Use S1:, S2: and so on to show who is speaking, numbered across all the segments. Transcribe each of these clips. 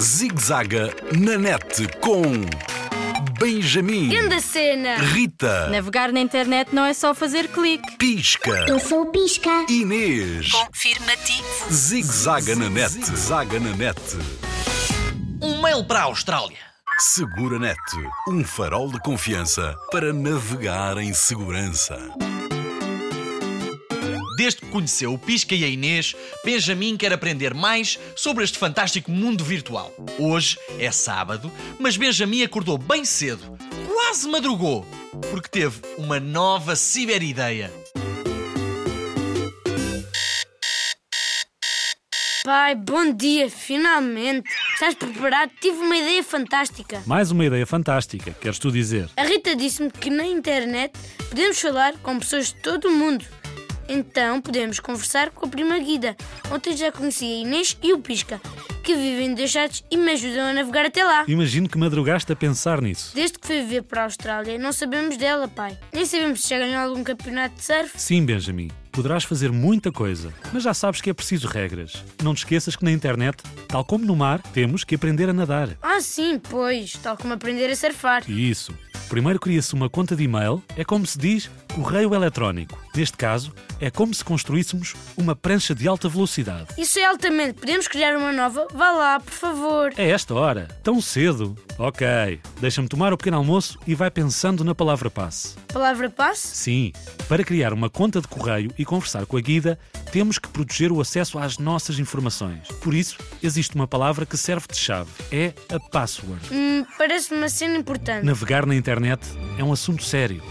S1: Zigzaga na net com Benjamin,
S2: Grande cena!
S1: Rita,
S3: Navegar na internet não é só fazer clique.
S1: Pisca,
S4: Eu sou o Pisca.
S1: Inês.
S5: Confirmativo.
S1: Zigzaga na net, zaga na net.
S6: Um mail para a Austrália.
S1: Segura net, um farol de confiança para navegar em segurança.
S6: Desde que conheceu o Pisca e a Inês, Benjamin quer aprender mais sobre este fantástico mundo virtual. Hoje é sábado, mas Benjamin acordou bem cedo, quase madrugou, porque teve uma nova ciberideia.
S2: Pai, bom dia, finalmente! Estás preparado? Tive uma ideia fantástica.
S7: Mais uma ideia fantástica, queres tu dizer?
S2: A Rita disse-me que na internet podemos falar com pessoas de todo o mundo. Então podemos conversar com a prima Guida. Ontem já conheci a Inês e o Pisca, que vivem dois chats e me ajudam a navegar até lá.
S7: Imagino que madrugaste a pensar nisso.
S2: Desde que fui viver para a Austrália, não sabemos dela, pai. Nem sabemos se já ganhou algum campeonato de surf.
S7: Sim, Benjamin, poderás fazer muita coisa, mas já sabes que é preciso regras. Não te esqueças que na internet, tal como no mar, temos que aprender a nadar.
S2: Ah, sim, pois, tal como aprender a surfar.
S7: E isso. Primeiro cria-se uma conta de e-mail, é como se diz correio eletrónico. Neste caso, é como se construíssemos uma prancha de alta velocidade.
S2: Isso é altamente. Podemos criar uma nova? Vá lá, por favor.
S7: É esta hora, tão cedo. Ok, deixa-me tomar o pequeno almoço e vai pensando na palavra passe.
S2: Palavra passe?
S7: Sim, para criar uma conta de correio e conversar com a guida, temos que proteger o acesso às nossas informações. Por isso, existe uma palavra que serve de chave: é a password.
S2: Hum, parece-me uma cena importante.
S7: Navegar na internet é um assunto sério.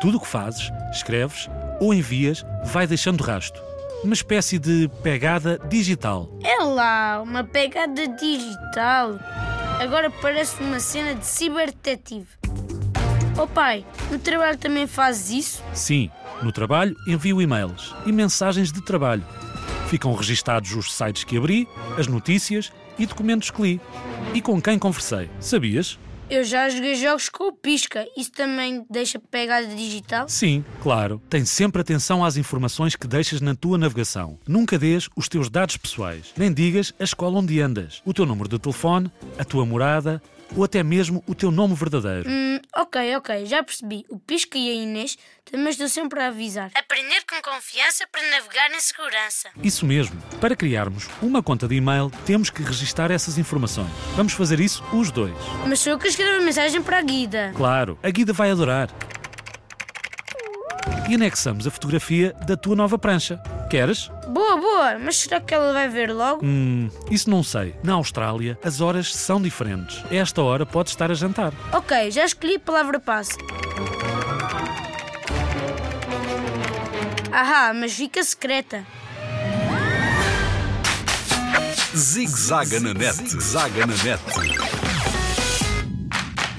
S7: Tudo o que fazes, escreves ou envias vai deixando rasto. Uma espécie de pegada digital.
S2: É lá, uma pegada digital. Agora parece uma cena de ciberdetetive. Oh pai, no trabalho também fazes isso?
S7: Sim, no trabalho envio e-mails e mensagens de trabalho. Ficam registados os sites que abri, as notícias e documentos que li. E com quem conversei. Sabias?
S2: Eu já joguei jogos com o pisca. Isso também deixa pegada digital?
S7: Sim, claro. Tem sempre atenção às informações que deixas na tua navegação. Nunca dês os teus dados pessoais. Nem digas a escola onde andas, o teu número de telefone, a tua morada ou até mesmo o teu nome verdadeiro.
S2: Hum, ok, ok, já percebi. O pisca e a Inês também estão sempre a avisar. Aprender com confiança para navegar em segurança.
S7: Isso mesmo. Para criarmos uma conta de e-mail, temos que registar essas informações. Vamos fazer isso os dois.
S2: Mas sou eu que escrevo a mensagem para a guida.
S7: Claro, a guida vai adorar. E anexamos a fotografia da tua nova prancha. Queres?
S2: Boa, boa, mas será que ela vai ver logo?
S7: Hum, isso não sei. Na Austrália, as horas são diferentes. A Esta hora pode estar a jantar.
S2: Ok, já escolhi a palavra passe. Ahá, mas fica secreta.
S1: Zigzaga na net, zaga na net.